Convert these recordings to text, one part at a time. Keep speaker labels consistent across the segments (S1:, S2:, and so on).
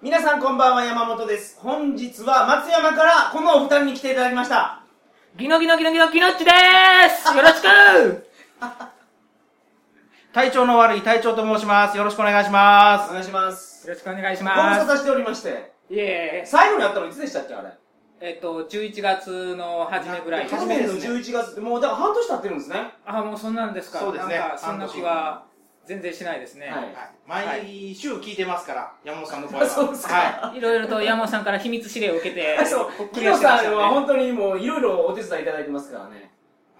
S1: 皆さんこんばんは山本です本日は松山からこのお二人に来ていただきました
S2: ギノギノギノギノギノッチでーすよろしく
S3: 体調の悪い隊長と申します。よろしくお願いしま
S1: お
S3: す。
S1: 願いします
S2: よろしくお願いし
S1: ご無
S2: ま
S1: 沙汰しておりまして
S2: す。いえい
S1: 最後にやったのいつでしたっけあれ
S2: え、えっと、11月の初めぐらい。
S1: 初めての11月ってもうだから半年経ってるんですね
S2: あ、もうそんなんですか。
S3: そうですね
S2: なんか、そんな気は全然しないですね。、
S1: はい
S3: はい毎週聞いてますから、山本さんの声は。
S1: そうですか、
S3: はい
S2: ろいろと山本さんから秘密指令を受け て
S1: そ
S2: ほっ
S1: う
S2: く
S1: 木
S2: りは
S1: 野
S2: してまし
S1: さ
S2: た
S1: んは
S2: よ
S1: 本
S2: ね。
S1: 当にもういろいろお手伝いいただいてますからね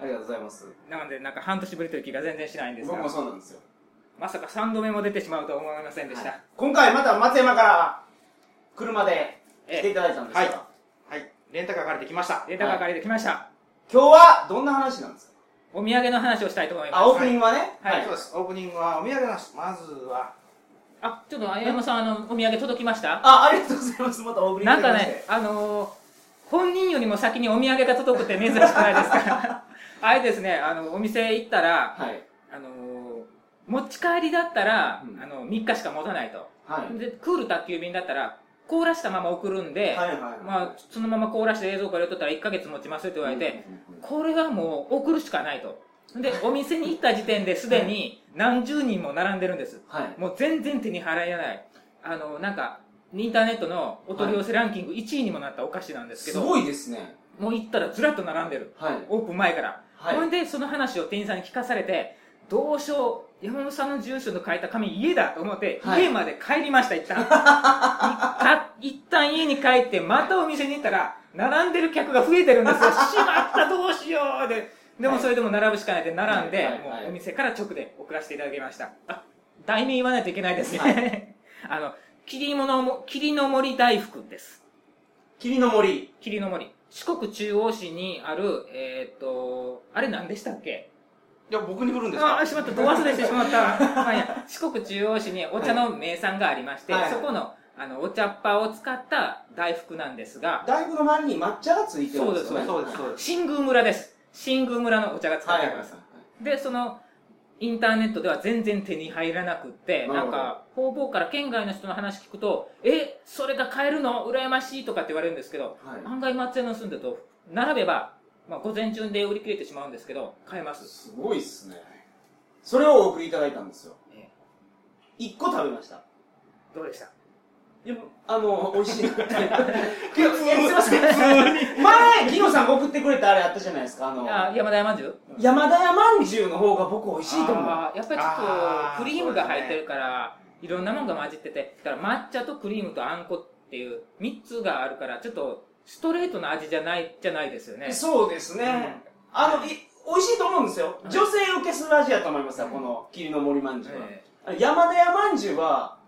S1: ありがとうございます
S2: なので、なんか半年ぶりという気が全然しないんです
S1: 僕
S2: が
S1: も、そうなんですよ
S2: まさか3度目も出てしまうとは思いませんでした。
S1: はい今回また松山から車で来ていただいたんですが、
S3: ええい。はい。レンタカー借りてきました。
S2: データが借りてきました、
S1: 今日はどんな話なんですか
S2: お土産の話をしたいと思います。
S1: あオープニングはね、
S2: はい
S3: そうです。オープニングはお土産の話。まずは、
S2: あ、ちょっと、あ山本さん、あの、お土産届きました
S1: あありがとうございますまたオープニング
S2: なんか
S1: いただきまして
S2: ね、あのー本人よりも先にお土産が届くって珍しくないです かあれですね、あの、お店行ったら、
S1: はい
S2: あのー持ち帰りだったら、
S1: うん
S2: あの、3日しか持たないと。
S1: はい
S2: で、クール宅急便だったら、凍らしたまま送るんで、
S1: はいはいはい
S2: まあ、そのまま凍らして冷蔵庫入れとったら1ヶ月持ちますって言われて、
S1: うんうんうん
S2: これはもう送るしかないと。で、お店に行った時点ですでに何十人も並んでるんです。
S1: はい
S2: もう全然手に払えない。あの、なんか、インターネットのお取り寄せランキング1位にもなったお菓子なんですけ
S1: す
S2: ど、
S1: ごいですね
S2: もう行ったらずらっと並んでる。
S1: はい
S2: オープン前から。
S1: はい
S2: ほんで、その話を店員さんに聞かされて、どうしよう、山本さんの住所の書いた紙家だと思って、
S1: はい
S2: 家まで帰りました、一 旦。いった一旦家に帰って、またお店に行ったら、並んでる客が増えてるんですよ。しまった、どうしようで、でもそれでも並ぶしかないで、並んで、
S1: はい
S2: も
S1: はいう
S2: お店から直で送らせていただきました。あ、題名言わないといけないですね。
S1: は
S2: あの、霧のも、霧の森大福です。
S1: 霧の森
S2: 霧の森。四国中央市にある、えーっ、と、あれ何でしたっけ
S3: いや、僕に振るんです
S2: あ
S3: か
S2: あ、しまった、ど忘れしてしまった。 まあいいや四国中央市にお茶の名産がありまして、
S1: はいはい
S2: そこの、あの、お茶っ葉を使った大福なんですが、
S1: 大福の周りに抹茶がついてるんですよね
S3: そうですそうです
S2: 新宮村です。新宮村のお茶が使っ
S1: はい
S2: て
S1: は
S2: あ
S1: い
S2: り
S1: は
S2: ま
S1: い
S2: す。で、その、インターネットでは全然手に入らなくって、
S1: なる
S2: な
S1: ほ
S2: ん
S1: ど
S2: か、方々から県外の人の話聞くと、え、それが買えるの羨ましいとかって言われるんですけど、
S1: はい
S2: 案外松屋の住んでると並べば、まあ、午前中で売り切れてしまうんですけど買えます
S1: すごいっすねそれをお送りいただいたんですよ
S2: ええ
S1: 一個食べました
S2: どうでした
S1: いやあの美味しいなっていやすいません前ギノさんが送ってくれたあれあったじゃないですかあの
S2: あ山田山んじゅう
S1: 山田屋まんじゅうの方が僕美味しいと思う
S2: あーやっぱりちょ
S3: あ
S2: っ
S3: ー
S2: とクリームが入ってるから、いろんなものが混じっててだから抹茶とクリームとあんこっていう3つがあるからちょっとストレートな味じゃないじゃないですよね
S1: そうですね、あのい美味しいと思うんですよ、
S2: はい
S1: 女性受けする味やと思いますよ、
S2: うん
S1: この霧の森まんじゅうは、
S2: え
S1: あの山田屋まんじゅうは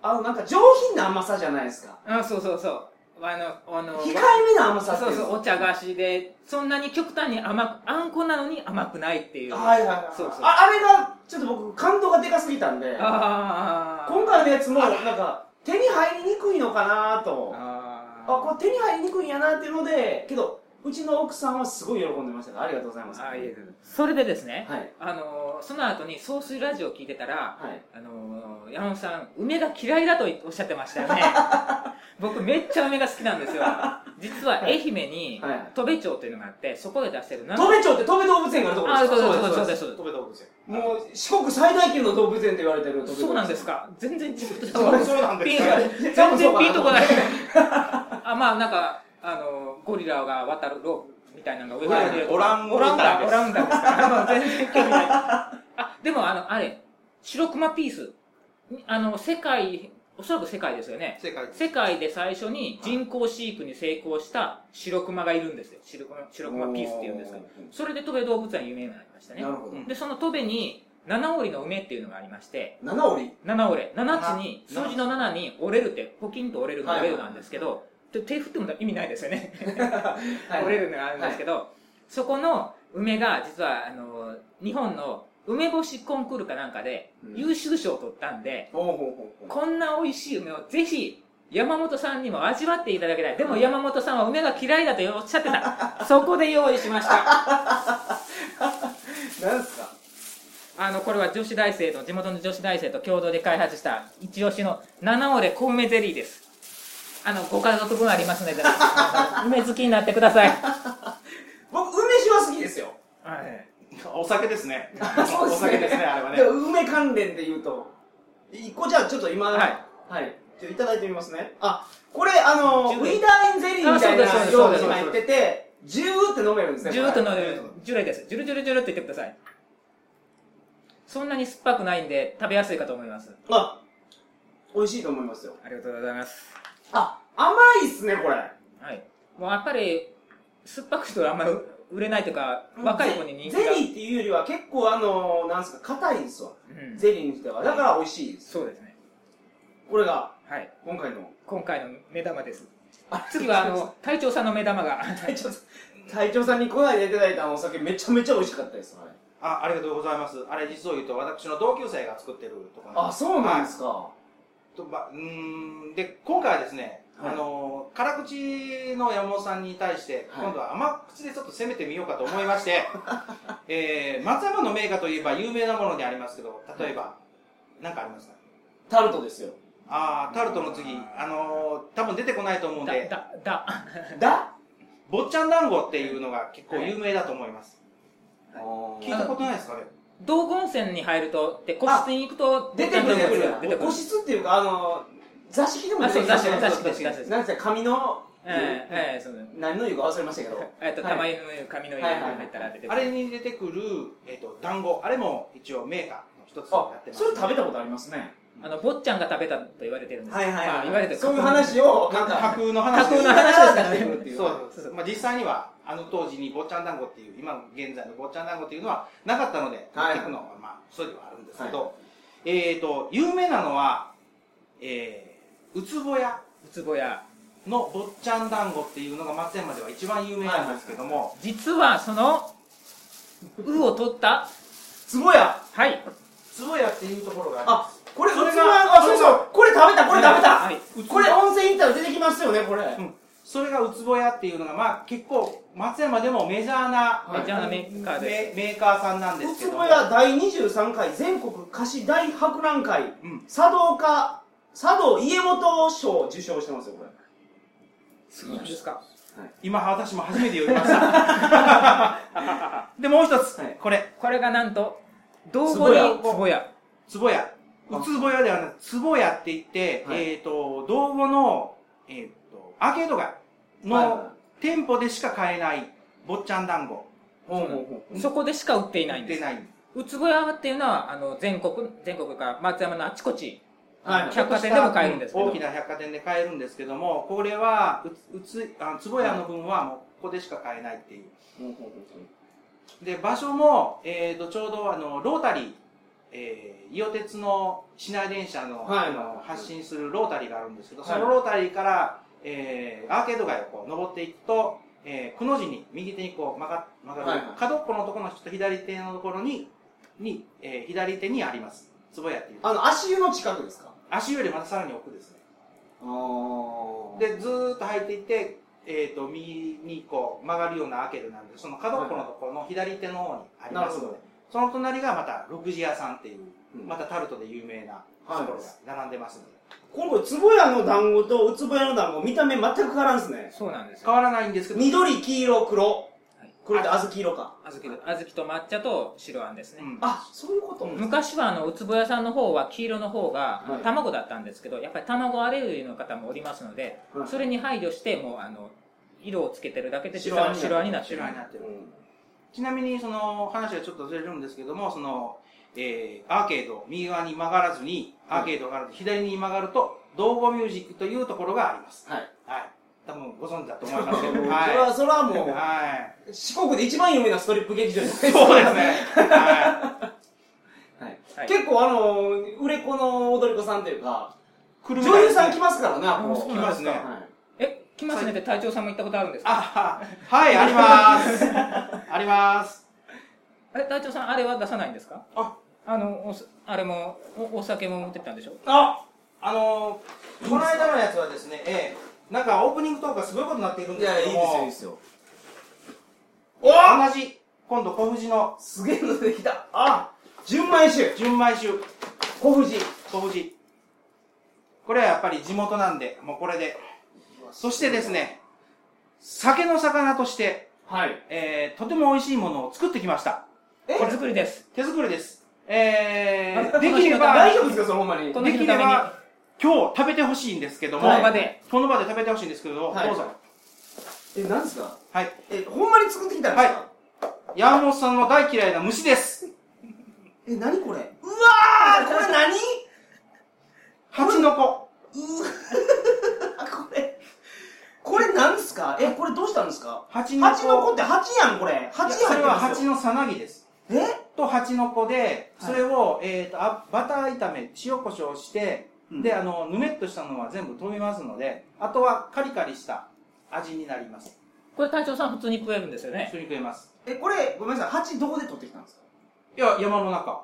S1: あのなんか上品な甘さじゃないですか
S2: あそうそうそうあのあの
S1: 控えめな甘さってい
S2: そううそうお茶菓子でそんなに極端に甘くあんこなのに甘くないっていう
S1: はいはいはい
S2: そうそう
S1: ああれがちょっと僕感動がでかすぎたんで
S2: あー
S1: 今回のやつもなんか手に入りにくいのかなとあ
S2: あー
S1: これ手に入りにくいんやなっていうのでけどうちの奥さんはすごい喜んでましたからありがとうございます
S2: あいいですそれでですね、
S1: はい
S2: あのーその後に総水ラジオを聞いてたら、
S1: はい
S2: あのー山本さん梅が嫌いだとおっしゃってました よね僕めっちゃ梅が好きなんですよ実は愛媛に
S1: はい
S2: 戸部町というのがあってそこで出してる
S1: 戸
S2: 生
S1: 部町って戸部動物園があるところですか
S2: あそうですそうです
S3: 飛べたことですよ。
S1: もう四国最大級の動物園と言われてる戸部動物園
S2: そうなんですか全然違う
S3: そうそうなんですか
S2: ピン全然ピンとこないあまあなんかあのーゴリラが渡るロープみたいなのが上から出る
S3: オラン
S2: オランダ、
S3: です
S2: オランダですから、まあ全然興味ない。あ、でもあの、あれ、白熊ピース。あの、世界、おそらく世界ですよね。
S3: 正解です。
S2: 世界で最初に人工飼育に成功した白熊がいるんですよ。白熊、白熊ピースって言うんですけど。それで戸部動物園有名になりましたね。
S1: なるほど
S2: うんで、その戸部に、七折の梅っていうのがありまして、
S1: 七折
S2: 七折れ。七つに、
S3: 七
S2: 数字の七に折れるって、ポキンと折れるのが折れるなんですけ
S1: は
S2: ど、で手振っても意味ないですよね。 折れるのがあるんですけど、そこの梅が実は、あの、日本の梅干しコンクールかなんかで
S1: うん
S2: 優秀賞を取ったんで、
S1: ほうほうほうほ
S2: こんな美味しい梅をぜひ、山本さんにも味わっていただきたい。でも山本さんは梅が嫌いだとおっしゃって た。そこで用意しました。
S1: うなんですか
S2: あの、これは女子大生と、地元の女子大生と共同で開発した、一押しの七折れ小梅ゼリーです。あの、ご家族分ありますので、 梅好きになってください。
S1: 僕、梅酒は好きですよ。。
S2: はい。
S3: お酒ですね
S1: そうですね。
S3: お酒ですね、あれはね
S1: で。梅関連で言うと。一個じゃあちょっと今、
S3: はい
S1: はい。ちょっといただいてみますね。あ、これあの、ウ
S2: ジュレ
S1: ィダーインゼリーみたいな
S2: あそうです
S1: 容
S2: そうで
S1: 器
S2: す
S1: に入ってて、ジューって飲めるんですね。
S2: ジューッと飲ん
S1: る。
S2: でる、ジュレです。ジュルジュルジュルって言ってください。そんなに酸っぱくないんで、食べやすいかと思います。
S1: あ、美味しいと思いますよ。
S2: ありがとうございます。
S1: あ、甘いっすね、これ。
S2: はい。もうやっぱり、酸っぱくしてはあんまり売れないというか、若い子に人気
S1: ゼ
S2: が。
S1: ゼリーっていうよりは結構あの、なんすか、硬いんですわ。
S2: うん、
S1: ゼリーにしては。だから美味しいです。
S2: そうですね。
S1: これが、
S2: はい。
S1: 今回の。
S2: 今回の目玉です。
S1: あ
S2: 次 は、あの、隊長さんの目玉が。
S1: 隊長さん、隊長さんに来ないでいただいたお酒めちゃめちゃ美味しかったです。はい
S3: あ、ありがとうございます。あれ実を言うと、私の同級生が作ってるとこ
S1: あ、そうなんですか。
S3: とばうーんで今回はですね、
S1: はい
S3: あの辛口の山本さんに対して、
S1: はい
S3: 今度は甘口でちょっと攻めてみようかと思い まして、えー松山の銘菓といえば有名なものにありますけど例えば何、なんかありますか
S1: タルトですよ。
S3: ああタルトの次あのー多分出てこないと思うん
S2: だ、
S3: で
S2: だ、だ。
S1: だ、
S3: 坊っちゃん団子っていうのが結構有名だと思います、はい
S1: おー
S3: 聞いたことないですかね
S2: 道後温泉に入ると、で、個室に行くと、
S1: 出てくる
S2: 出てくる
S1: 出てくる。個室っていうか、あの、座敷でも
S2: あ、
S1: 出て
S2: そう、
S1: き
S2: 雑
S1: まし
S2: 誌で
S1: たね
S2: す、雑誌です、雑誌です。
S1: なんですか、紙の、
S2: ええ、ええ、そうです。
S1: 何の湯か忘れましたけど。
S2: えっと、
S1: はい
S2: 玉色の湯、紙の湯に入ったら出てく
S3: あ
S2: る。
S3: れに出てくる、えっと団子あれも一応銘菓の一つにな
S1: あ
S3: って、ます
S1: それ食べたことありますね。
S2: あの、坊っちゃんが食べたと言われてるんです。まあ言われてる
S1: そういう話を、な
S3: なんん
S1: か
S3: か、架空の
S2: 架
S3: 話
S2: 空の
S1: 話
S2: 話
S1: で
S2: ですす
S1: か
S2: からら
S1: ね
S2: ね。
S3: そうですまあ、実際にはあの当時に坊ちゃん団子っていう今現在の坊ちゃん団子っていうのはなかったので
S1: はい
S3: 持ってくのはまあそれではあるんですけど、えー、と有名なのは、えー、うつぼ屋
S2: うつぼや。
S3: の坊ちゃん団子っていうのが松山では一番有名なんですけども、
S2: 実は、その、うを取った、
S1: つぼや。
S2: はい。
S3: つぼ屋っていうところがあ
S1: あ、これ、うつ
S3: そ
S1: ぼ
S3: れが
S1: やが、そうそう、これ食べた、これ食べた
S2: は。い。
S1: これ温泉行ったら出てきますよね、これ。
S3: りますうんそれがうつぼ屋っていうのが、まあ、結構松山でもメジャーな、
S1: はい
S2: メジャーなメーカーで
S3: メメーカーさんなんで
S1: う
S3: すけ
S1: つ
S3: ど
S1: ぼ
S3: も
S1: や第23回全国菓子大博覧会、
S3: うん
S1: 茶道家、茶道家元賞を受賞してますよ、これ。
S2: す。そうですか。
S3: 今私も初めて読みましたでもう一つ、
S1: はい
S3: これ
S2: これがなんと、道後に、つぼや。
S3: つぼや。
S1: あ
S3: うつぼやではなく、つぼやって言って、
S1: はい
S3: えっ、と、道後の、えっ、と、アーケード街
S1: はい
S3: の店舗でしか買えない、坊ちゃん団子。
S1: ほうほうほう。
S2: そこでしか売っていないんです
S3: 出。ない。
S2: うつぼやっていうのは、あの、全国、全国か、松山のあちこち、
S1: はい
S2: 百貨店でも買えるんですけ
S3: う
S2: ど
S3: 大き、な百貨店で買えるんですけども、これは、うつ、うつ、あつぼやの分はもう、ここでしか買えないっていう。
S1: ほうほうほう
S3: で、場所も、えっ、と、ちょうどあの、ロータリー、えー、伊予鉄の市内電車の,、
S1: はい
S3: あの発信するロータリーがあるんですけど、
S1: はい
S3: そのロータリーから、えー、アーケード街をこう登っていくと、えー、くの字に右手にこう曲が曲がる、
S1: はいはい
S3: 角っこのところのちょっと左手のところに、に、えー、左手にあります。つぼやっていう。
S1: あの、足湯の近くですか
S3: 足よりまたさらに奥ですね。
S1: あー
S3: で、ずーっと入っていって、えー、と、右にこう曲がるようなアーケードなんで、その角っこのところの左手の方にあり
S1: なる
S3: ま
S1: ほ
S3: すので、
S1: ど。
S3: その隣がまた六時屋さんっていう、
S1: うん
S3: またタルトで有名なところが並んでますので、
S1: 今回、つぼやの団子とうつぼやの団子、見た目全く変わらんですね。
S2: そうなんです
S3: 変
S2: よ。
S3: わらないんですけど、
S1: 緑、黄色、黒
S2: い。
S1: 黒って小豆色か。
S2: あずきと、あずきと抹茶と白あんです
S3: う
S2: ね。
S3: ん
S1: あ、そういうこと
S2: 昔はあの、うつぼ屋さんの方は、黄色の方が、あの
S1: はい
S2: 卵だったんですけど、やっぱり卵アレルギーの方もおりますので、
S1: はい
S2: それに配慮して、もうあの、色をつけてるだけで
S1: 白あんになる
S2: 白あんになってる
S3: 白。になって
S1: う
S3: る、
S1: ん
S3: ちなみにその話がちょっとずれるんですけども、その、えーアーケード、右側に曲がらずに、アーケードがあると、左に曲がると、道後ミュージックというところがあります。
S1: はい。
S3: はい。多分ご存知だと思いますけ
S1: そ
S3: ど、
S1: れ
S3: は。
S1: は、それはいもう、
S3: は
S1: 四国で一番有名なストリップ劇場です
S3: い。そうですね。は
S1: はい
S2: はい
S1: 結構あの売れっ子の踊り子さんというか
S3: い。 来
S1: 女優さん来
S3: 来
S1: ますからねあ
S2: あそうなんです
S3: か
S1: はい
S2: え、来ますねって隊長さんも行ったことあるんですか
S3: あ、はい、あります。あります。
S2: あれ、隊長さん、あれは出さないんですか
S3: あ、
S2: あの、おすあれも、おお酒も持ってったんでしょ
S3: あ、あのー、この間のやつはですね、ええ、なんかオープニングトークがすごいことになっているん
S1: い
S3: です
S1: やい
S3: け
S1: い
S3: ど
S1: ですよ
S3: も、
S1: いいですよお
S3: 同じ、今度小藤の
S1: すげえのできたあ純米酒
S3: 純米酒、
S1: 小藤
S3: 小藤。これはやっぱり地元なんで、もうこれで、そしてです。ね、酒の魚として、
S1: はい。
S3: えー、とても美味しいものを作ってきました。
S1: え
S2: 手作りです。
S3: 手作りです。えー、
S2: あ
S3: できれば
S1: 大、丈夫ですか、そのほんまに。
S2: こ
S1: は
S2: の
S3: で
S2: 日
S3: き
S2: のた
S3: れ
S2: めに。
S3: ば、今日食べてほしいんですけど
S2: こ
S3: も、
S2: の場で。
S3: この場で食べてほしいんですけど、
S1: はい
S3: どうぞ。
S1: え、なんですか
S3: はい。
S1: え、ほんまに作ってきたんですか
S3: 山本さんの大嫌いな虫です。
S1: え、なにこれうわーこれ何
S3: 蜂の子。
S1: うーこれ、 これなんですかえ、これどうしたんですか
S3: 蜂の子。
S1: 蜂の子って蜂やん、これ。
S3: いや
S1: 蜂
S3: そ
S1: や
S3: れは
S1: ん
S3: 蜂のさなぎです。
S1: え
S3: と蜂の子で、
S1: はい
S3: それを、えーとあ、バター炒め、塩コショウして、
S1: うん
S3: で、あの、ぬめっとしたのは全部飛びますので、あとはカリカリした味になります。
S2: これ隊長さん普通に食えるんですよね。
S3: 一緒に食えます。
S1: え、これ、ごめんなさい、蜂どこで取ってきたんですか
S3: いや、山の中。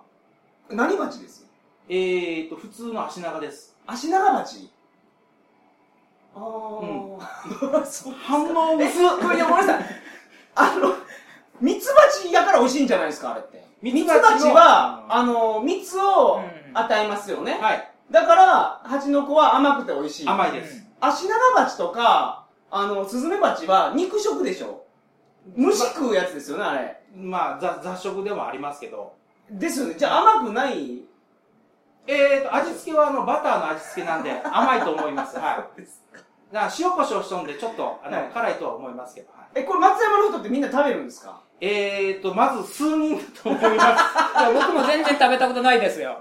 S1: 何蜂です
S3: えーと、普通の足長です。
S1: 足長蜂あー、そう
S3: 反応
S1: え、
S3: 薄
S1: すごいや、ごめんなさい。あの、蜜蜂やから美味しいんじゃないですか、あれって。
S3: 蜜
S1: 蜜
S3: 蜂の
S1: 蜂は、あの、蜜を
S2: うん
S1: 与えますよね。
S3: はい。
S1: だから、蜂の子は甘くて美味しい。
S3: 甘いです。
S1: アシナガバチとか、あの、スズメバチは肉食でしょ虫食うやつですよね、あれ。
S3: まあ、雑雑食でもありますけど。
S1: ですよね。じゃあ甘くない
S3: えーと、味付けはあの、バターの味付けなん で、甘いと思います。はい。だから塩コショウしとんで、ちょっと、あの、
S1: はい
S3: 辛いとは思いますけど。はい
S1: え、これ松山の人ってみんな食べるんですか
S3: えーと、まず数人だと思います。
S2: いや僕も全然食べたことないですよ。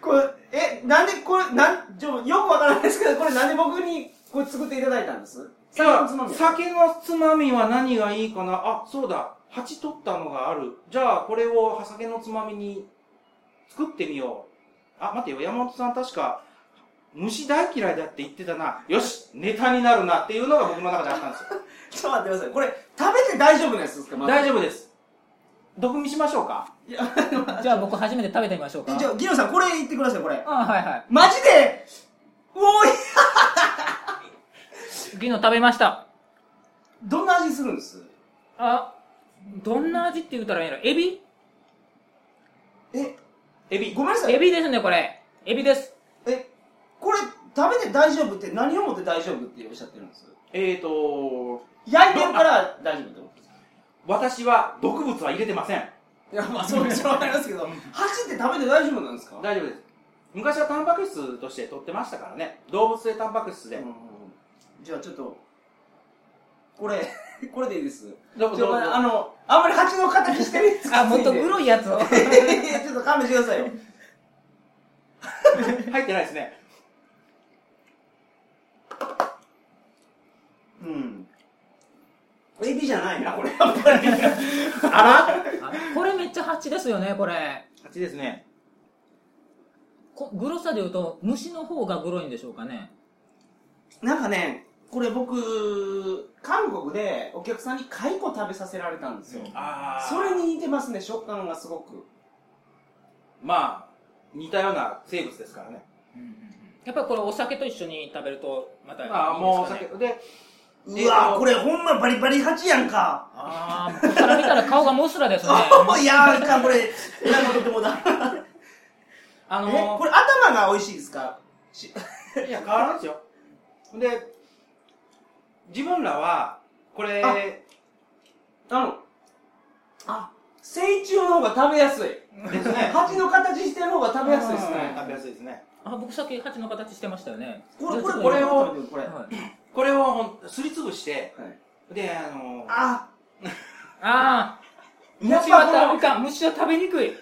S1: これ、え、なんでこれ、なん、ちょ、よくわからないですけど、これなんで僕にこれ作っていただいたんです
S3: いや
S1: 酒
S3: 酒のつまみは何がいいかなあ、そうだ。鉢取ったのがある。じゃあ、これを酒のつまみに作ってみよう。あ、待てよ。山本さん確か、虫大嫌いだって言ってたな。よし、ネタになるなっていうのが僕の中であったんです よ。
S1: ちょっと待ってください。これ、食べて大丈夫なやつですか、まず
S3: 大丈夫です。毒味しましょうか。
S1: いや、
S2: じゃあ僕初めて食べてみましょうか。
S1: えじゃあ、ギロさん、これ言ってください、これ。
S2: あはいは
S1: マジで、うおい、
S2: い。ギノ食べました。
S1: どんな味するんです
S2: あ、どんな味って言うたらいいのエビ
S1: え、
S3: エビ。
S1: ごめんなさい
S2: エ。ビですね、これ。エビです。
S1: え、これ食べて大丈夫って何をもって大丈夫っておっしゃってるんです
S3: えーと、
S1: 焼いてるから大丈夫ってことですか
S3: 私は毒物は入れてません。
S1: いや、まあそうです。わかりますけど、箸って食べて大丈夫なんですか
S3: 大丈夫です。昔はタンパク質として取ってましたからね。動物性タンパク質で。
S1: じゃあちょっと、これ、 これでいいです。
S3: どう
S1: ち
S3: ぞ
S1: ょっとあの、あんまり蜂の形してるやつ
S2: あ、もっと
S1: い
S2: 黒いやつを。
S1: や、 ちょっと勘弁してくださいよ。
S3: 入ってないですね。
S1: うん。エビじゃないな、 これ、やっぱり。
S3: あら
S2: これめっちゃ蜂ですよね、これ。
S3: 蜂ですね。
S2: こグロさで言うと、虫の方がグロいんでしょうかね。
S1: なんかね、これ僕、韓国でお客さんに蚕食べさせられたんですよ。
S3: あ
S1: それに似てますね、食感がすごく。
S3: まあ、似たような生物ですからね。
S2: やっぱりこれお酒と一緒に食べると、またいいんですか、ね。
S3: ああ、もうお酒。で、
S1: うわ
S3: えー
S1: これほんまバリバリ八やんか。
S2: ああ、ここから見たら顔がもうす らですね。
S1: おーいやーか、これ、なんかとても だ。え、
S3: あの
S1: これ頭が美味しいですかし
S3: いや、変わらないですよ。で、自分らは、これ、
S1: ああの、あ、成虫の方が食べやすい。
S3: ですね。
S1: 蜂の形してる方が食べやすいです
S3: うん
S1: ね。
S3: 食べやすいですね。
S2: あ、僕さっき蜂の形してましたよね。
S1: これ、これ、
S2: じゃあ
S1: これ
S2: ちょっ
S1: を、これ。
S2: と
S1: はい
S2: はい
S3: これをほん、すりつぶして、で、あの
S1: あ、
S2: ああ、
S1: やっ
S2: 虫は食べ
S1: ぱ
S2: いかん、虫は食べにくい。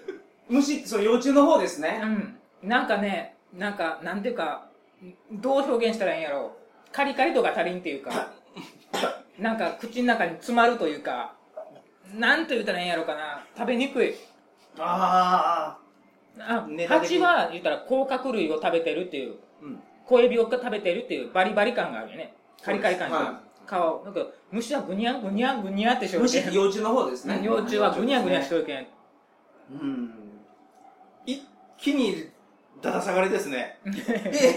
S1: 虫って、その幼虫の方ですね
S2: う。ん。なんかね、なんか、なんていうか、どう表現したらいいんやろう。カリカリ度が足りんっていうか、なんか口の中に詰まるというか、なんと言ったらいいんやろうかな。食べにくい。
S1: あ
S2: あ
S3: ネ、タ的に
S2: 蜂は言ったら甲殻類を食べてるっていう、
S3: うん
S2: 小エビを食べてるっていうバリバリ感があるよね。カリカリ感が、
S1: は
S2: 皮を。なんか虫はぐにゃんぐにゃんぐにゃんってし
S1: あ、
S2: よる
S1: 虫っ
S2: け
S1: て幼虫の方ですね
S2: ん。。幼虫はぐにゃぐにゃしとるけん。
S1: うん。
S3: 一気に、だだ下がりですね。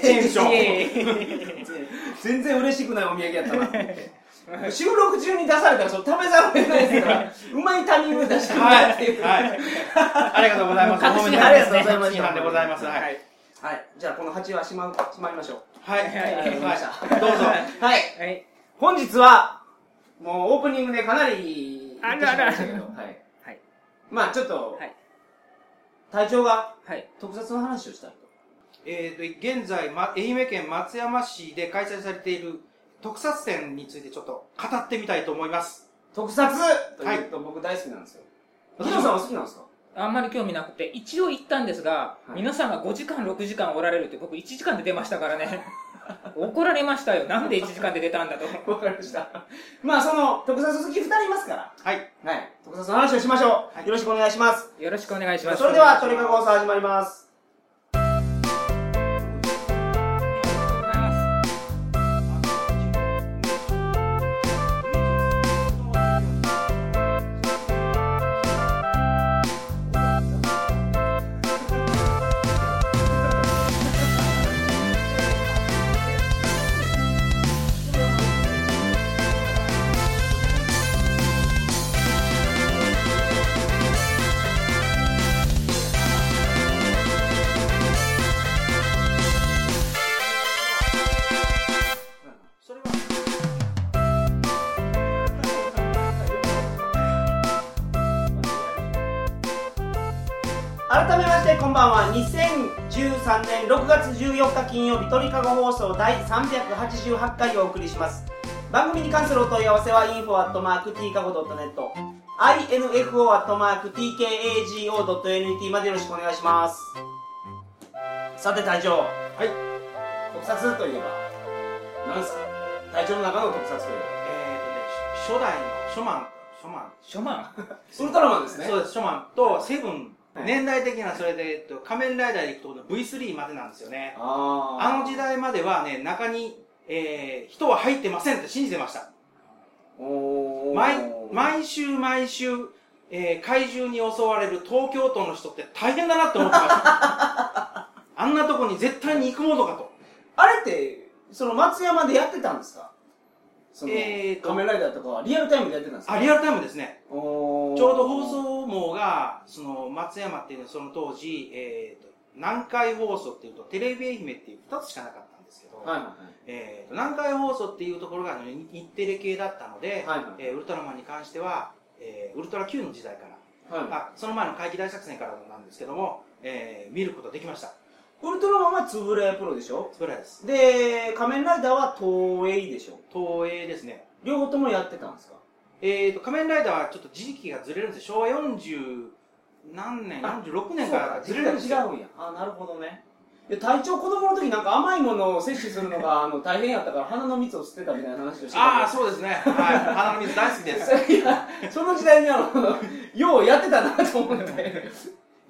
S1: テ
S3: ンション
S2: いやいやいや
S1: 全然嬉しくないお土産やったな収録中に出されたらそれ食べざるを得ないですからうまいタイミングで出 してくれたっていう、
S3: はい。ありがとうございます。
S2: 隠し
S3: おめで
S2: 犯ですね
S3: とうございます。はい。
S1: はい。じゃあ、この8はしま、しまいましょう。
S3: はい。
S2: はい
S1: ありがとうございました。
S3: どうぞ。
S1: はい。
S2: はい。
S1: 本日は、もうオープニングでかなり言ってしまいましたけど、
S2: あ
S1: はい。
S2: はい。
S1: まあちょっと、
S2: はい
S1: 隊長が
S2: はい。
S1: 特撮の話をしたい
S3: えーと、現在、ま、愛媛県松山市で開催されている特撮展についてちょっと語ってみたいと思います。
S1: と。特撮というと僕大好きなんですよ。ギノさんは好きなんですか
S2: あんまり興味なくて、一応行ったんですが、
S1: はい
S2: 皆さんが5時間、6時間おられるって、僕1時間で出ましたからね。怒られましたよ。なんで1時間で出たんだと。
S1: わかりました。 まあその、特撮好き2人いますか
S3: はい。
S1: ら、はい。特撮の話をしましょう。
S3: はい
S1: よろしくお願いします。
S2: よろしくお願いします。
S1: それでは、トリカゴ放送始まります。
S2: お願いします。
S3: それは
S1: 改めましてこんばんは2013年6月14日金曜日鳥かご放送第388回をお送りします番組に関するお問い合わせは info.tkago.net info.tkago.net までよろしくお願いしますさて隊長
S3: はい。
S1: 特撮といえば何すか隊長の中の特撮とい
S3: えーとね、し初代のショマン、ショマン。
S2: ショマン
S1: えばウルトラマンですね
S3: そうです、ショマンとセブン。
S1: はい
S3: 年代的なそれで、えっと、仮面ライダーでいくと V3 までなんですよね。
S1: あ
S3: あの時代まではね、中に、えー、人は入ってませんって信じてました。
S1: おー
S3: 毎毎週毎週、えー怪獣に襲われる東京都の人って大変だなって思って ました。あんなとこに絶対に行くものかと。
S1: あれって、その松山でやってたんですかその、
S3: えーと
S1: 仮面ライダーとかはリアルタイムでやってたんですか
S3: あ、リアルタイムですね。
S1: ちょ
S3: ちょうど放送網が、その、松山っていうのはその当時、えーと、南海放送っていうと、テレビ愛媛っていう二つしかなかったんですけど、
S1: はいはい
S3: えーと、南海放送っていうところがあの日日テレ系だったので、
S1: はいはい
S3: えーウルトラマンに関しては、えーウルトラ Q の時代から、
S1: はい、はい
S3: あその前の怪奇大作戦からなんですけども、えー見ることができました。
S1: ウルトラマンはつぶれプロでしょ
S3: それです。
S1: で、仮面ライダーは東映でしょ
S3: 東映ですね。
S1: 両方ともやってたんですか
S3: えーと、仮面ライダーはちょっと時期がずれるんですよ。昭和40何年、
S1: あ
S3: 46年からず
S1: ず
S3: れ
S1: れ
S3: る
S1: が
S3: ん
S1: 違
S3: ですよ。
S1: うんや。あ、なるほどね。で、体調子供の時なんか甘いものを摂取するのがあの大変やったから鼻の蜜を吸ってたみたいな話をしてたけど。
S3: ああ、そうですね。はい。花の水大好きで す。
S1: いや、その時代にあの、ようやってたなと思って。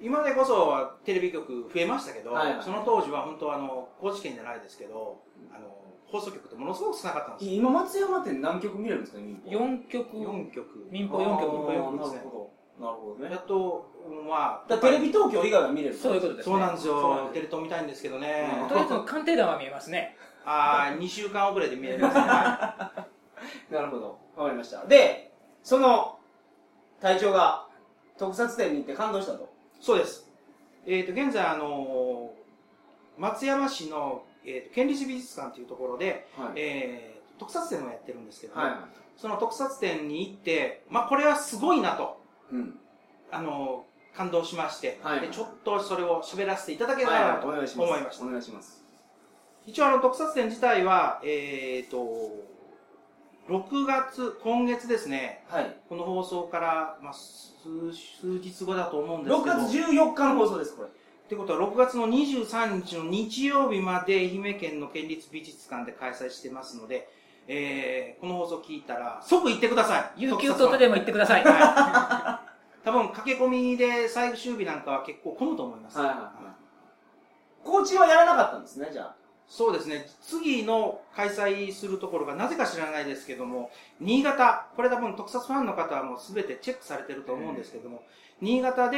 S3: 今でこそはテレビ局増えましたけど、
S1: はいはい
S3: その当時は本当あの、高知県じゃないですけど、あの、放送局ってものすごく少なかったんですよ。
S1: 今松山って何曲見れるんですか民放
S2: 4曲。
S3: 4局。
S2: 民放4曲
S3: 民放4局です
S1: な
S3: ね
S1: る。ほど。なるほど
S3: や
S1: ね。
S3: っと、うんまあ、
S1: だからテレビ東京以外は見れる
S2: そういうこととですね。
S3: そうなんです
S1: そうなんで
S3: よ
S1: す。
S3: テレ東見たいんですけどね。
S1: うん
S2: とりあえず、鑑定団は見えますね。
S3: ああ、2週間遅れで見えますね。 は
S1: なるほど。わかりました。で、その、隊長が特撮展に行って感動したと。
S3: いそうです。えっ、と、現在、あのー松山市の、えーと県立美術館というところで、
S1: は。
S3: えー特撮展をやってるんですけども、
S1: はい。
S3: その特撮展に行って、まあ、これはすごいなと、
S1: うん。
S3: あのー感動しまして、
S1: はい
S3: で、ちょっとそれを喋らせていただけた
S1: はい
S3: ら
S1: はい
S3: と
S1: お
S3: 思い
S1: 願
S3: ま
S1: い
S3: し。
S1: したます。お願いします。
S3: 一応あの特撮展自体は、えー、と、6月、今月ですね、
S1: はい。
S3: この放送から、まあ、数数日後だと思うんです
S1: 6
S3: けど。
S1: 月14日の放送です、これ。
S3: ってことは、6月の23日の日曜日まで愛媛県の県立美術館で開催してますので、えー、この放送聞いたら、即行ってください
S2: 有給取ってでも行ってください。
S3: はい多分、駆け込みで最終日なんかは結構混むと思います。
S1: はいはいはい。コーチはやらなかったんですね、じゃあ。
S3: そうですね。次の開催するところがなぜか知らないですけども、新潟、これ多分特撮ファンの方はもう全てチェックされてると思うんですけども、新潟で、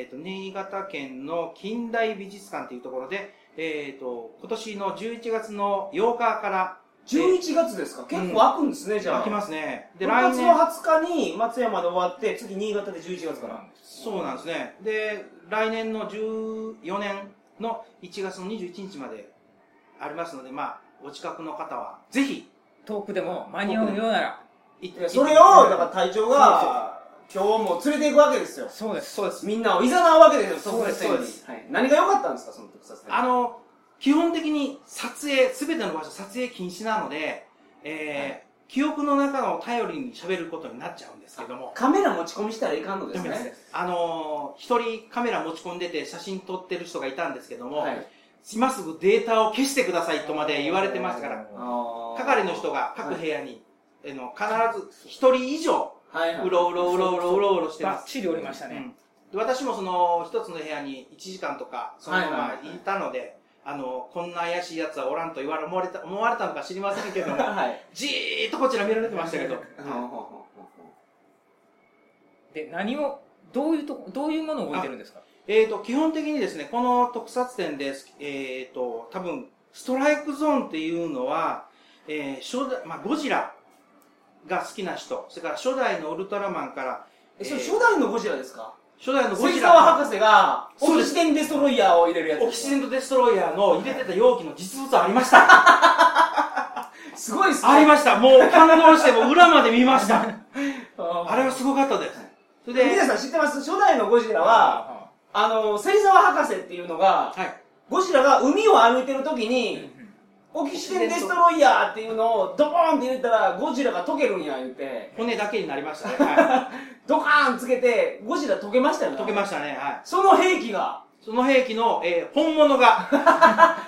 S3: えっ、と、新潟県の近代美術館というところで、えっ、と、今年の11月の8日から、
S1: 11月ですか結構開くんですね、じゃあ。
S3: 開きますね。で、
S1: で、6
S3: 来
S1: 月の
S3: 年、
S1: 20日に松山で終わって、次新潟で11月から。
S3: そうなんですね。で、来年の14年の1月の21日までありますので、まあ、お近くの方は、ぜひ、
S2: 遠くでも間に合うようなら、
S3: 行っ
S1: いやそれを、だから隊長が、今日も連れて行くわけですよ。
S2: そうです。
S3: そうです。
S1: みんなを誘うわけですよ、
S3: そうです
S1: 特撮展に
S3: そうです
S1: はい何が良かったんですか、その特撮展。
S3: あの、基本的に撮影、すべての場所撮影禁止なので、えー記憶の中の頼りに喋ることになっちゃうんですけども、
S1: カメラ持ち込みしたらいかんのです
S3: ダメ
S1: ね。
S3: あのー一人カメラ持ち込んでて写真撮ってる人がいたんですけども、
S1: はい
S3: 今すぐデータを消してくださいとまで言われてますから、係の人
S1: が、
S3: が各部屋に、あの必ず一人以上、
S1: はいは
S3: う
S1: い、
S3: ろうろうろうろうろうろしてま
S2: バ
S3: す
S2: ッ。チリおりました
S3: う
S2: ね。
S3: んで私もその一つの部屋に1時間とかそのま
S1: はいはい
S3: ま
S1: はい
S3: いたので、あのこんな怪しいやつはおらんと言われ思われた思われたのか知りませんけど も
S1: はい。
S3: じーっとこちら見られてましたけど、
S1: ほうほうほうほう
S2: で、何を、どういうとこ、どういうものを置いてるんですか
S3: えー、と基本的にですねこの特撮展です、えー、と多分ストライクゾーンっていうのは、えー初代まあ、ゴジラが好きな人それから初代のウルトラマンから
S1: え、それ
S3: えー
S1: 初代のゴジラですか
S3: 初代のゴ
S1: 水
S3: ジ
S1: 沢
S3: ラ
S1: 博士が、
S3: そ
S1: オ
S3: うで
S1: キ
S3: す
S1: シデンデストロイヤーを入れるやつ
S3: オ
S1: で
S3: キ
S1: す
S3: シ
S1: か。
S3: デントデストロイヤーの入れてた容器の実物ありました
S1: すごいっすね。
S3: ありました。もう感動して、もう裏まで見ました。 あ
S1: あ
S3: れはすごかったです。それで、
S1: 皆さん知ってます初代のゴジラは、あの、芹沢博士っていうのが、
S3: はい。
S1: ゴジラが海を歩いてる時
S2: うんう
S1: に、
S2: ん
S1: オキシデンデストロイヤーっていうのをドボーンって入れたら、ゴジラが溶けるんや言って、
S3: 骨だけになりましたね。は
S1: ドカーンつけて、ゴジラ溶けましたよ
S3: い。
S1: ね。
S3: 溶けましたね。は
S1: その兵器が、
S3: い。その兵器の、えー本物が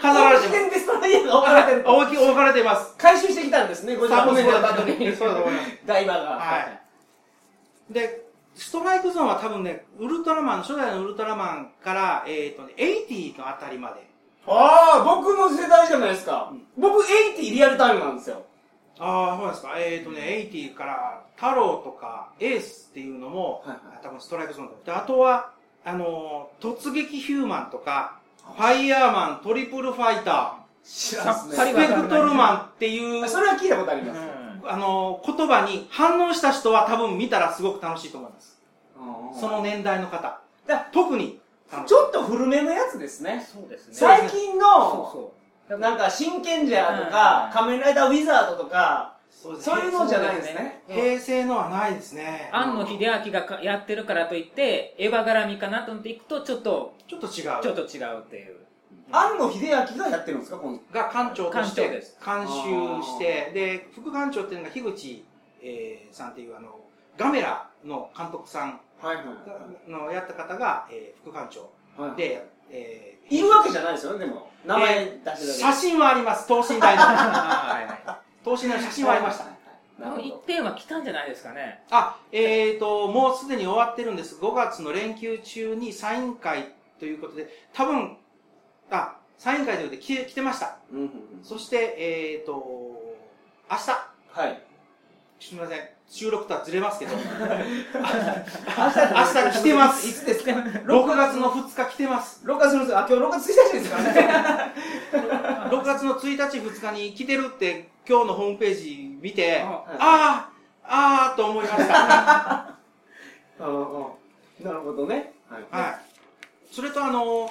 S3: 飾られ
S1: オ
S3: て
S1: キシ
S3: ます
S1: デンデストロイヤーが置かれてる。
S3: あ。置き置かれています。
S1: 回収してきたんですね、ゴジラ
S3: 多
S1: の
S3: 分
S1: 骨
S3: そう
S1: の
S3: だと
S1: 後
S3: 思いま
S1: に
S3: す。そうだと思います。
S1: ダイバーが。
S3: はいで、ストライクゾーンは多分ね、ウルトラマン、初代のウルトラマンから、えっ、とね、80のあたりまで。
S1: ああ、僕の世代じゃないですか。僕、80リアルタイムなんですよ。
S3: ああ、そうなんですか。えっ、とね、80から、太郎とか、エースっていうのも、
S1: はいは
S3: 多分ストライクゾーンだで、あとは、あのー突撃ヒューマンとか、ファイヤーマン、トリプルファイタ
S1: 知
S2: らんっす
S1: ん
S2: ね
S3: ー、
S1: ね。
S3: スペクトルマンっていう、
S1: それは聞いたことあり
S2: う
S1: ます。
S2: ん
S3: あのー言葉に反応した人は多分見たらすごく楽しいと思います。その年代の方。
S1: だ
S3: 特に楽し
S1: ちょっと古めのやつですね。
S2: そうですね。
S3: そう
S1: 最近の、
S2: そうそう。
S1: なんか、真剣ジャーとか、
S2: うん
S1: 仮面ライダーウィザードとか、
S3: そうです
S1: そういうのじゃないですね。
S2: そうですね
S3: 平成のはないですね。
S2: 庵野秀明がかやってるからといって、エヴァ絡みかなと思っていくと、ちょっと、
S3: ちょっと違う。
S2: ちょっと違うっていう。
S1: 庵野秀明がやってるんですか、この。
S3: が館長とし
S2: 館長
S3: て
S2: です
S3: 監修して、で、副館長っていうのが樋口、えーさんっていうあの、ガメラの監督さん
S1: はいは
S3: のやった方が、えー副館長
S1: いで、
S3: で、えー
S1: いるわけじゃないですよね、でも。名前出してだけで。
S3: 写真はあります、等身大の。
S2: はいは
S3: 等身大の写真はありました。
S2: い。
S1: な
S2: も
S1: る
S2: う
S1: ほ
S2: 一
S1: ど
S2: 点は来たんじゃないですかね。
S3: あ、えーと、もうすでに終わってるんです。5月の連休中にサイン会ということで、多分、あ、サイン会ということで来て来てました。
S1: うんうんうん
S3: そして、えーと、明日、
S1: はい。
S3: すみません、収録とはずれますけど、
S1: 明日
S3: 明日来 てます
S1: いつですか
S3: 6月の2日来てます。
S1: 6月の、あ、今日6月1日ですから ね。
S3: 6月の1日、2日に来てるって、今日のホームページ見て、
S2: あ
S3: あー、あーと思い ました。
S1: なるほどね。はい。
S3: はい。それと、あのー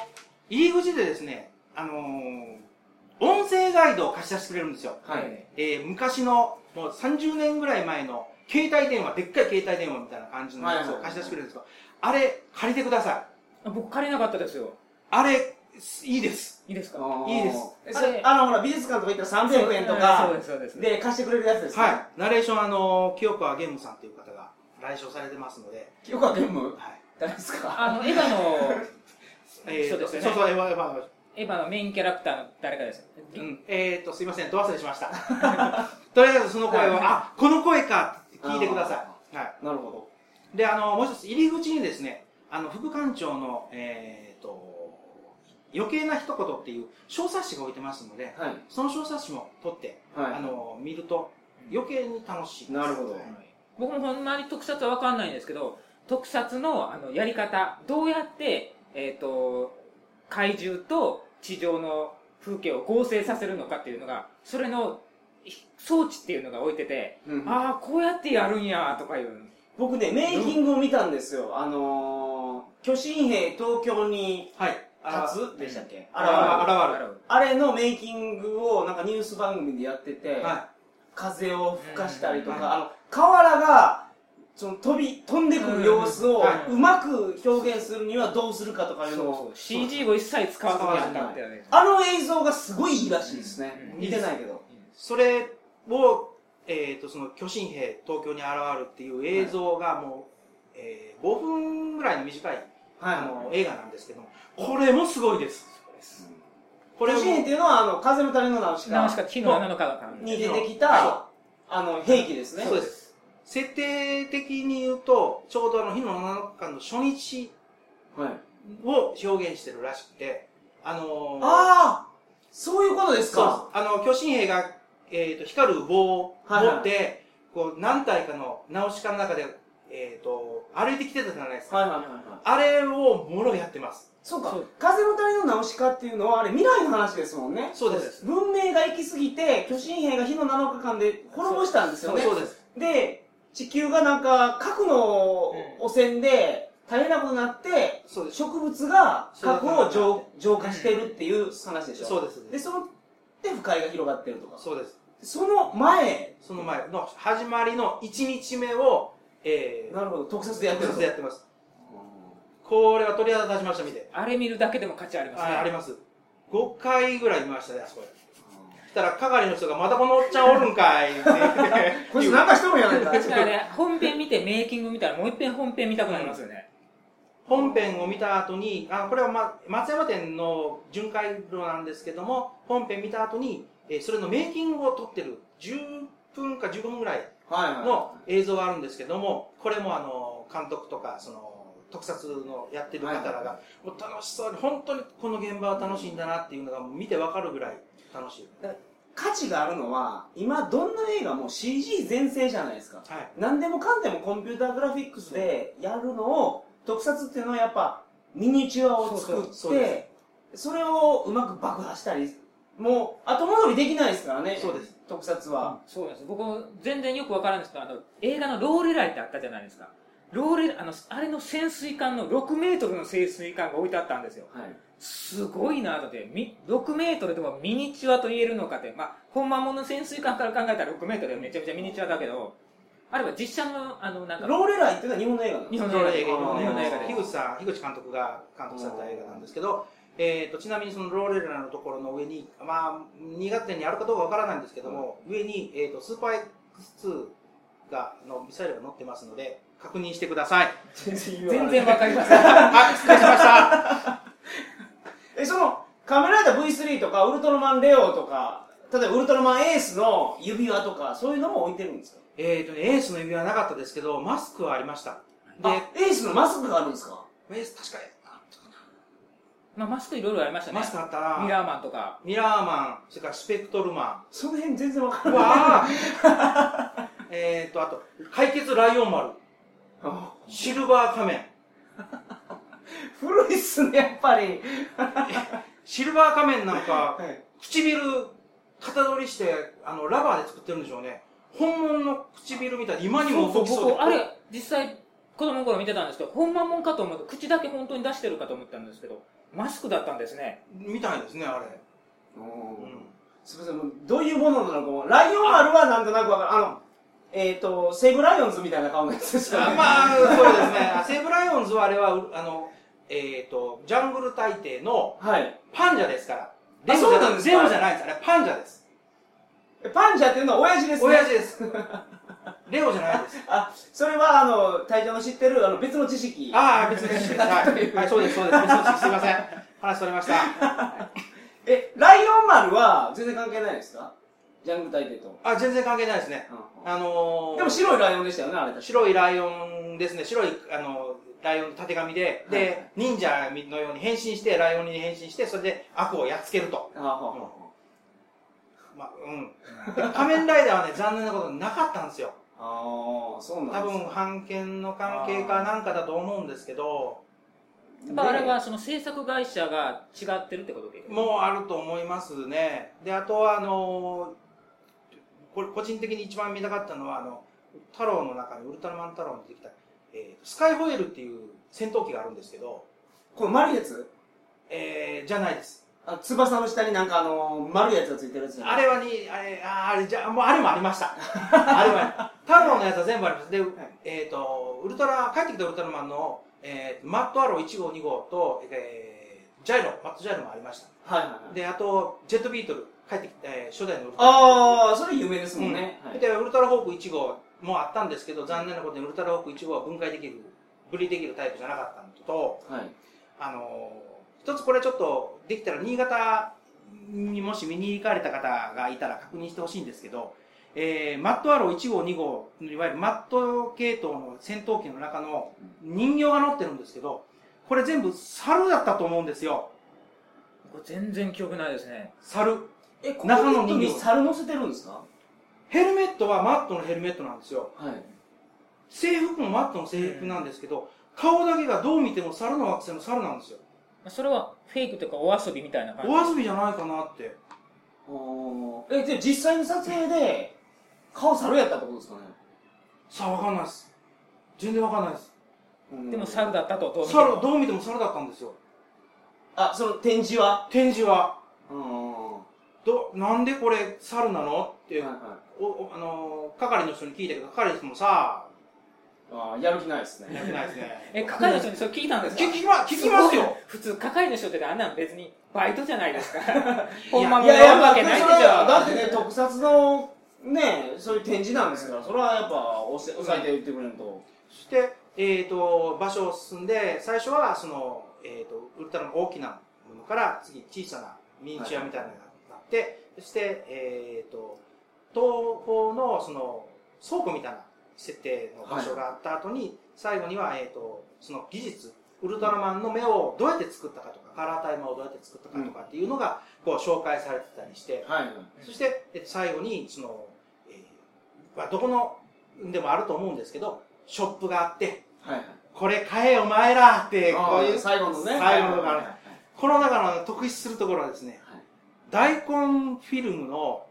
S3: 入り口でですね、あのー音声ガイドを貸し出してくれるんですよ。
S1: はい。
S3: えー昔の、もう30年ぐらい前の、携帯電話、でっかい携帯電話みたいな感じのやつを貸し出してくれるんですよ。あれ、借りてください。
S2: 僕借りなかったですよ。
S3: あれ、いいです。
S2: いいですか
S3: いいです
S1: えそれあの、ほら、美術館とか行ったら300円と
S2: そう
S1: か
S2: です、そうです。
S1: で貸してくれるやつですね。
S3: はい。ナレーション、あのー清川ゲームさんという方が来場されてますので、
S1: い。よくは全部、
S3: はい。
S1: 誰ですか
S2: あの、エヴァの、
S3: えー
S2: そうで
S3: と
S2: すよね
S3: そうそう、エヴァ、エヴァ、
S2: エヴァのメインキャラクターの誰かです。
S3: うん、えー、と、すいません、ど忘れしました。とりあえずその声
S1: はい
S3: は、あ、この声か、聞いてください。は
S1: なるほ
S3: い。で、あの、もう一つ、入り口にですね、あの、副館長の、えー、と、余計な一言っていう小冊子が置いてますので、
S1: ど。はい。
S3: その小冊子も取って、
S1: はい。
S3: あの、見ると余計に楽しい。
S1: なるほど
S3: はい
S2: 僕もほんまに特撮は分かんないんですけど特撮のあのやり方どうやって、えー、と怪獣と地上の風景を合成させるのかっていうのがそれのひ装置っていうのが置いてて、
S1: うん
S2: ああこうやってやるんやとかいう
S1: 僕ね、メイキングを見たんですよ。あのー巨神兵東京に、
S3: はい。あ
S1: 立つでしたっけ
S3: あら
S1: あ
S3: わ
S1: ら
S2: あら
S3: る現れ
S2: わる
S1: あれのメイキングをなんかニュース番組でやってて、
S3: は
S1: 風を吹かしたりとか、
S3: うん
S1: あの瓦がその飛び飛んでくる様子
S3: うん
S1: を
S3: はいう
S1: まく表現するにはどうするかとかいうの
S2: そ
S1: を
S2: う CG を一切使わずにやったってやつ
S1: あの映像がすごいいいらしいですね、
S2: うん
S1: 見てないけど
S3: それを、えー、とその巨神兵東京に現るっていう映像がもう、えー5分ぐらいの短い
S1: はい
S3: あの映画なんですけどもこれもすごいですこ
S1: こ
S3: れ
S1: れ
S3: も
S1: 主人っていうのはあの風の谷のナウシカ
S2: ナウシカ木の穴のかから
S1: に出てき
S3: は
S1: たあの兵器ですね
S3: そうです設定的に言うとちょうどあの火の七日の初日
S1: はい、
S3: を表現してるらしくてあのー
S1: ああそういうことです
S3: そう
S1: か
S3: あの巨神兵が、えー、と光る棒を持
S1: はいはい
S3: って、こう何体かのナウシカの中で、えー、と歩いてきてたじゃないですか、
S1: はいはいはいはい
S3: あれをもろやってます
S1: そうか
S2: そう
S1: 風の谷のナウシカっていうのはあれ未来の話ですもんね
S3: そうです
S1: 文明が行き過ぎて巨神兵が火の7日間で滅ぼしたんですよね
S3: そうです
S1: で地球がなんか核の汚染で大変なことになって
S3: そうです
S1: 植物が核を
S3: そう
S1: 浄浄化してるっていう話でしょ
S3: そうです
S1: でそので不快が広がってるとか
S3: そうです
S1: その前
S3: その前の始まりの1日目を、えー、
S1: なるほど特撮でやってる
S3: やってますこれは鳥肌立ちました見て
S2: あれ見るだけでも価値ありますね
S3: ああります5回ぐらい見ましたねあそこでそしたら係の人が「またこのおっちゃんおるんかい」 って言って
S1: こいつなんかしてもやないか
S2: 確かにね、本編見てメイキング見たらもう一遍本編見たくなりますよね。
S3: 本編を見た後にあこれは、ま、松山店の巡回路なんですけども本編見た後に、えーそれのメイキングを撮ってる10分か15分ぐらい
S1: はいはい
S3: の映像があるんですけどもこれもあの監督とかその特撮のやってる方ら
S1: はい
S3: がもう楽しそうに本当にこの現場は楽しいんだなっていうのがもう見てわかるぐらい楽しい、
S1: 価値があるのは今どんな映画も CG 全盛じゃないですか
S3: はい、
S1: 何でもかんでもコンピューターグラフィックスでやるのを特撮っていうのはやっぱミニチュアを作って
S3: そうそ
S1: そ
S3: うそうで
S1: れをうまく爆破したりもう後戻りできないですからね
S3: そうです
S1: 特撮は、
S2: そうなんです。僕、全然よくわからんですけど、あの、映画のローレライってあったじゃないですか。ローレラ、あの、あれの潜水艦の6メートルの潜水艦が置いてあったんですよ。
S1: はい、
S2: すごいなとって、み6メートルでもミニチュアと言えるのかって、まあ、本間もの潜水艦から考えたら6メートルはめちゃめちゃミニチュアだけど、あれは実写の、あの、なんか、
S1: ローレライっていうのは日本の映画なんで
S2: 日
S1: す
S2: 本
S3: そ
S2: の
S3: れ
S2: 映
S3: 映画
S2: 画、
S3: 日
S2: 日
S3: 本
S2: 本の
S3: の映
S2: 映
S3: 画
S2: 画です
S3: で樋口さん樋口監督が監督された映画なんですけど、えー、とちなみにそのローレラのところの上に、まあ、2月点にあるかどうかわからないんですけども、上に、えー、とスーパー X2 がのミサイルが乗ってますので確認してください
S2: 全然わかりません。
S3: はい失礼しました
S1: えその仮面ライダー V3 とかウルトラマンレオとか例えばウルトラマンエースの指輪とかそういうのも置いてるんですか
S3: えーとねエースの指輪はなかったですけどマスクはありましたで
S1: あエースのマスクがあるんですか
S3: エース確か
S2: まあ、マスクいろいろありましたね。
S3: マスクあったな
S2: ミラーマンとか。
S3: ミラーマンそれからスペクトルマ
S1: その辺全然わか
S3: ン
S1: ら
S3: う
S1: ない
S3: わーえーとあと解決ライオン丸
S1: あ
S3: シルバー仮面
S1: 古いっすねやっぱり
S3: シルバー仮面なんか、
S1: い
S3: 唇、型取りして、あの、ラバーで作ってるんでしょうね。本物の唇みたいで、今にも動きそうで。
S2: 僕、あれ、実際、子供の頃見てたんですけど、ほんまもんかと思って、口だけ本当に出してるかと思ったんですけど、マスクだったんですね。
S3: みたいですね、あれ。うん
S1: すみません、もうどういうものなのかも、ライオンあるはなんとなくわかる。あの、えっ、と、西武ライオンズみたいな顔のやつですよ
S3: あ
S1: ね。
S3: まあ、そうですね。あ西武ライオンズはあれは、うあの、えっ、と、ジャングル大帝の
S1: はい。
S3: パンジャですから。
S1: あそうなんですか
S3: レオじゃないです。あれ、パンジャです。
S1: パンジャっていうのは親父ですね。
S3: 親父です。 レオじゃないです。
S1: あ、それはあの、隊長の知ってるあの別の知識。
S3: ああ、別に。はい、はい、そうです、そうです。別にすいません。話それました。
S1: え、ライオン丸は全然関係ないですかジャングル大帝と。
S3: あ、全然関係ないですね。あのー、
S1: でも白いライオンでしたよね、あれ確か。
S3: 白いライオンですね、白いあのライオンのたてがみで、
S1: はい
S3: で、忍者のように変身して、ライオンに変身して、それで悪をやっつけると。
S1: あはあは
S3: まあ、うん。で仮面ライダーはね、残念なことなかったんですよ。
S1: ああー、そうな
S3: 多
S1: んです
S3: 分、版権の関係かなんかだと思うんですけど、
S2: やっぱあれは、その制作会社が違ってるってことで。
S3: もうあると思いますね。で、あとは、あのこれ個人的に一番見たかったのは、あの、太郎の中に、ウルトラマン太郎に出てきた、えースカイホエールっていう戦闘機があるんですけど、
S1: これ丸いやつ
S3: えー、じゃないです。
S1: あ翼の下になんかあのー、丸いやつがついてるやつじゃない
S3: あれはに、あれ、あーあれ、じゃあ、もうあれもありました。 あれもあり太郎のやつは全部あります。で、えっ、と、ウルトラ、帰ってきたウルトラマンの、えー、マットアロー1号、2号と、えー、ジャイロ、マットジャイロもありました。
S1: はいはいはい
S3: で、あと、ジェットビートル、帰ってきた、えー初代のウルトラ
S1: ああそれ有名ですもんね、はい
S3: で、ウルトラホーク1号もあったんですけど、残念なことにウルトラホーク1号は分解できる、分離できるタイプじゃなかったのと、
S1: はい
S3: あのー一つこれちょっと、できたら新潟にもし見に行かれた方がいたら確認してほしいんですけど、えーマットアロー1号2号、いわゆるマット系統の戦闘機の中の人形が乗ってるんですけど、これ全部猿だったと思うんですよ。
S2: これ全然記憶ないですね。
S3: 猿。
S1: えこ
S3: 中
S1: 中
S3: の
S1: の人
S3: 人
S1: に
S3: 形
S1: 猿乗せてるんですか
S3: ヘルメットはマットのヘルメットなんですよ。
S1: はい
S3: 制服もマットの制服なんですけど、顔だけがどう見ても猿の惑星の猿なんですよ。
S2: まあそれはフェイクというかお遊びみたいな感じ。
S3: お遊びじゃないかなって。
S1: おーえで実際の撮影で顔猿やったってことですかね、
S3: さあ、わかんないです。全然わかんないです。
S1: うん
S2: でも猿だったと、どう見ても
S3: 猿、どう見ても猿だったんですよ。
S1: あその展示は
S3: 展示は。
S1: うんは
S3: ど、なんでこれ猿なのって、
S1: いは
S3: おおあのー係の人に聞いたけど、係の人もさ
S1: いあーやる気ないです
S3: あ、や
S1: ね
S3: ってないですね
S2: 。え、係の人にそれ聞いたんですか
S3: 聞きま、聞きますよ。
S2: 普通、係の人ってあんなん別にバイトじゃないですか。本
S1: い
S2: 番も
S1: や
S2: や
S1: やっ
S2: るわ
S1: ぱ
S2: け
S1: それ
S2: ないでしょ。
S1: はだってね特撮のねそういう展示なんですからそれはやっぱおせ抑えて言ってくれると
S3: そして、えー、と場所を進んで最初はその、えー、とウルトラの大きなものから次小さなミニチュアみたいなのになって、そして、えー、と東方のその倉庫みたいな設定の場所があった後に、最後には、えー、とその技術ウルトラマンの目をどうやって作ったかとかカラータイマーをどうやって作ったかとかっていうのが、こう紹介されてたりして、
S1: はい
S3: そして、えっと最後に、その、えーまあ、どこの、でもあると思うんですけど、ショップがあって、
S1: はいはい
S3: これ買えお前らって、こういう、
S1: 最後のね
S3: 最後のがある
S1: はいはい
S3: この中の特筆するところはですね、
S1: はい
S3: 大根フィルムの、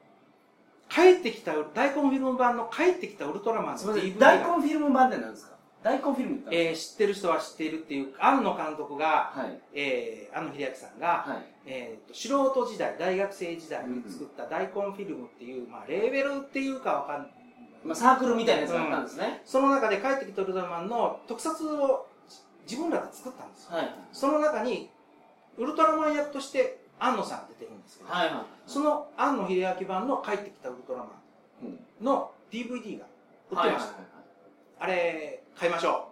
S3: 帰ってきた、大根フィルム版の帰ってきたウルトラマン
S1: すみ
S3: の
S1: ません
S3: DVD
S1: 大根
S3: が、
S1: フィルム版って何ですか大根フィルムって何です
S3: えー知ってる人は知っているっていう、庵野監督が、
S1: かはい
S3: えー、庵野秀明さんが、
S1: はい
S3: えー、と素人時代、大学生時代に作った大根フィルムっていう、まあ、レーベルっていうかわかんない。
S1: まあサークルみたいなやつがあったんですね
S3: その中で帰ってきたウルトラマンの特撮を自分らで作ったんですよ。
S1: はい
S3: その中に、ウルトラマン役として安野さんが出てるんですけど、
S1: はいはい
S3: その安野秀明版の帰ってきたウルトラマ
S1: うん
S3: ンの DVD が売っ
S1: はいは
S3: てま
S1: い
S3: した。あれ、買いましょ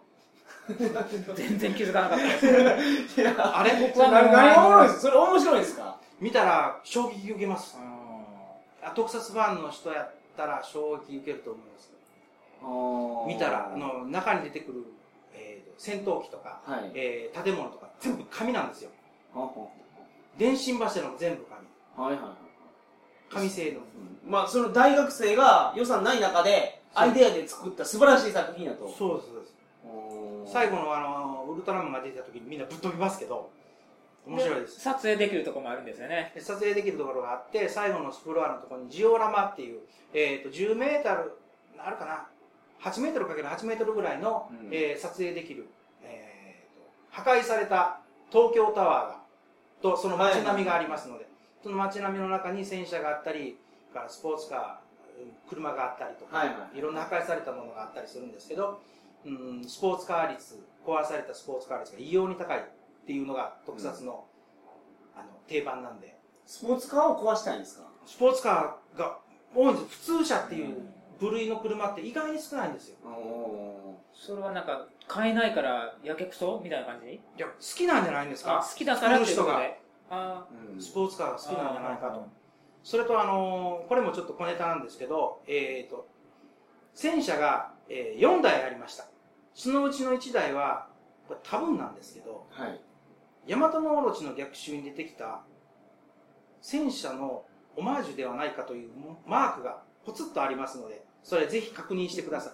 S2: 全然気づかなかったです。
S1: いや
S3: う。あれ、
S2: 僕は
S1: 何何がおもろいんですそれ面白いんですか
S3: 見たら衝撃受けます。あ特撮ファンの人やったら衝撃受けると思います。見たら、あの、中に出てくる、えー戦闘機とか、
S1: はい
S3: えー建物とか、全部紙なんですよ。
S1: ほうほ
S3: 電信柱の全部紙。
S1: うほうはいはいはい
S3: 紙製の。
S1: まあその大学生が予算ない中でアイデアで作った素晴らしい作品やと
S3: そうです、そうです。
S1: 最
S3: 最
S1: 後
S3: 後のあの、ウルトラマンが出てた時にみんなぶっ飛びますけど、面白いです。
S2: 撮影できるとこもあるんですよね。
S3: で撮影できるところがあって、最後のスプロアのところにジオラマっていう、えっ、と、10メートル、あるかな ?8 メートルかける8メートルぐらいの、
S1: うん
S3: えー撮影できる、えーと、破壊された東京タワーが、と、その街並みがありますので、その街並みの中に戦車があったり、からスポーツカーうん、車があったりとか、
S1: はいはい
S3: ろんな破壊されたものがあったりするんですけど、うん、スポーツカー率、壊されたスポーツカー率が異様に高いっていうのが特撮の,、あの定番なんで、
S1: スポーツカーを壊したいんですか
S3: スポーツカーが多いんです。普通車っていう
S2: うん
S3: 部類の車って意外に少ないんですよ。
S2: それはなんか、買えないからやけくそみたいな感じ
S3: いや、好きなんじゃないんです
S2: あ
S3: か
S2: 好きだからっていうことで。あ
S1: うん
S3: スポーツカーが
S2: ー
S3: 好きなんじゃないかと
S2: あ。
S3: それとあのーこれもちょっと小ネタなんですけど、えーと、戦車が、えー4台ありました。そのうちの1台は、これ多分なんですけど、
S1: はい
S3: ヤマトのオロチの逆襲に出てきた戦車のオマージュではないかというマークがポツッとありますので、それぜひ確認してください。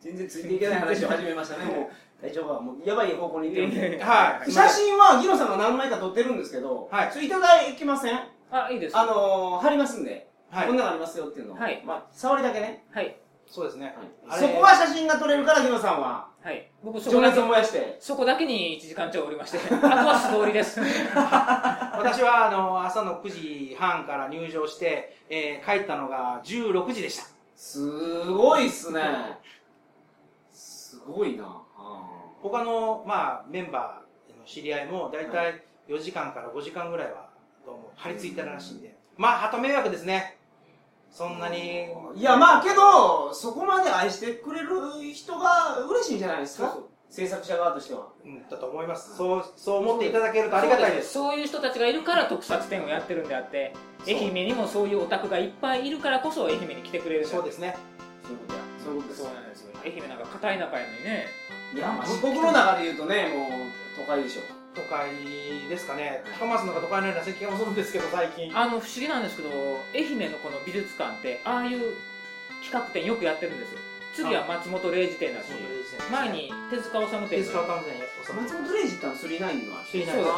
S1: 全然ついていけない話を始めましたねもう大丈夫はもうやばい方向に行ってるんで
S2: ー
S3: は
S1: 写真はギロさんが何枚か撮ってるんですけど、
S3: は
S1: ち
S3: い
S1: ょっといただきません
S2: あ、いいです。
S1: あのー、貼りますんで、
S3: はい
S1: こんなのありますよっていうのを、
S2: はい
S1: まあ、触りだけね
S2: はい。
S3: そうですね。あれ
S1: そこは写真が撮れるから、ギノさんは。
S2: はい。僕そ
S1: 情
S2: こだ
S1: 熱
S2: け
S1: を、燃やして。
S2: そこだけに1時間超おりまして、あとは素通りです。
S3: 私は、あの、朝の9時半から入場して、えー帰ったのが16時でした。
S1: すごいっすね。すごいな。
S3: 他の、まあ、メンバーの知り合いも、だいたい4時間から5時間ぐらいは、どうも、張り付いてたらしいんで。まあ、鳩迷惑ですね。そんなに。
S1: いや、まあけど、そこまで愛してくれる人が嬉しいんじゃないですか
S3: そうそう
S1: 制作者側としては。
S3: うん、だと思います。そう、そう思っていただけるとありがたいです。
S2: そういう人たちがいるから特撮展をやってるんであって、
S1: そう
S2: 愛媛にもそういうオタクがいっぱいいるからこそ愛媛に来てくれるんだ
S3: そうですね。
S1: そういうことや。そういうことです
S2: そう。なんですよ。愛媛なんか硬い中やのにね。
S1: いや、まあ、僕の中で言うとね、もう、都会でしょ。
S3: 都会ですかね。高松の方が都会のような気がするんですけど、最近。
S2: あの、不思議なんですけど、愛媛のこの美術館って、ああいう企画展よくやってるんですよ。次は松本零士展だし、前に手塚治虫展。
S3: 手塚完全
S1: 松本零士ってあの、スリーナインのは。
S3: 知りな
S2: そう
S3: い
S2: で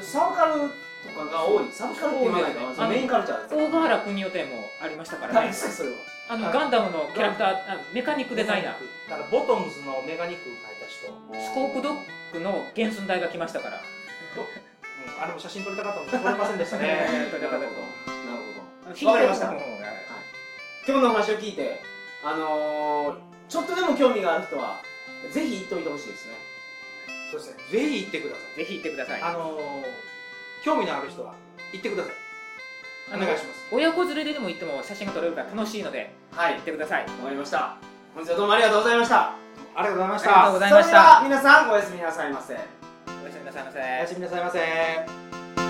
S2: す
S1: ああ、サブカルとかが多い。サブカルって言わない
S2: そう
S1: か
S2: ですね
S1: な。メインカルチャーです。
S2: 大河原邦夫展もありましたから
S1: 何で。
S2: ね
S1: すか、それは。
S2: あの、
S3: はい
S2: ガンダムのキャラクター、あメカニックデザイナー。
S3: だからボトムズのメガニックを描いた人、うん
S2: スコープドッグの原寸大が来ましたから。
S3: あれも写真撮りたかったのに撮れませんでしたね
S2: えー
S1: なるほど。なるほど。
S2: わ
S1: わかりました。
S2: は
S1: 今日のお話を聞いて、あのー、ちょっとでも興味がある人は、ぜひ行っといてほしいですね。
S3: そうですねぜひ行ってくださ
S2: いぜひ行ってください。
S3: いあのー、興味のある人は行ってください
S2: あ
S3: お
S2: の
S3: 願いします
S2: 親子連れででも行っても写真が撮れるから楽しいので、
S1: はい。
S2: 行ってください。あ
S1: わかりました。本日はどうもありがとうございました。
S3: ありがとうございまし
S2: りがとう
S3: た
S2: ございまし
S1: それでは
S2: た。
S1: 皆さん、おやすみなさいませ。
S2: おやすみなさいませ。
S3: おやすみなさいませ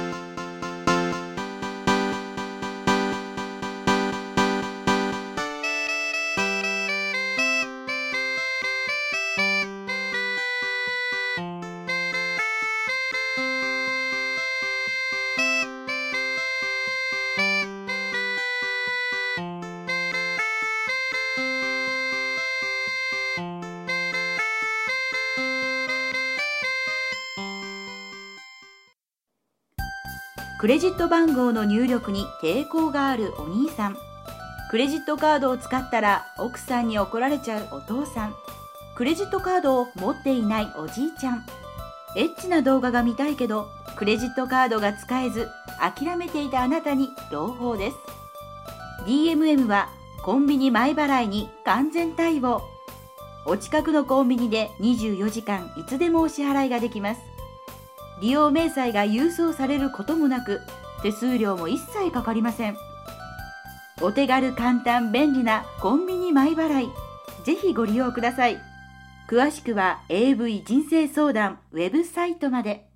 S4: クレジット番号の入力に抵抗があるお兄さんクレジットカードを使ったら奥さんに怒られちゃうお父さんクレジットカードを持っていないおじいちゃんエッチな動画が見たいけどクレジットカードが使えず諦めていたあなたに朗報です DMM はコンビニ前払いに完全対応お近くのコンビニで24時間いつでもお支払いができます利用明細が郵送されることもなく手数料も一切かかりませんお手軽簡単便利なコンビニ前払いぜひご利用ください詳しくは AV 人生相談ウェブサイトまで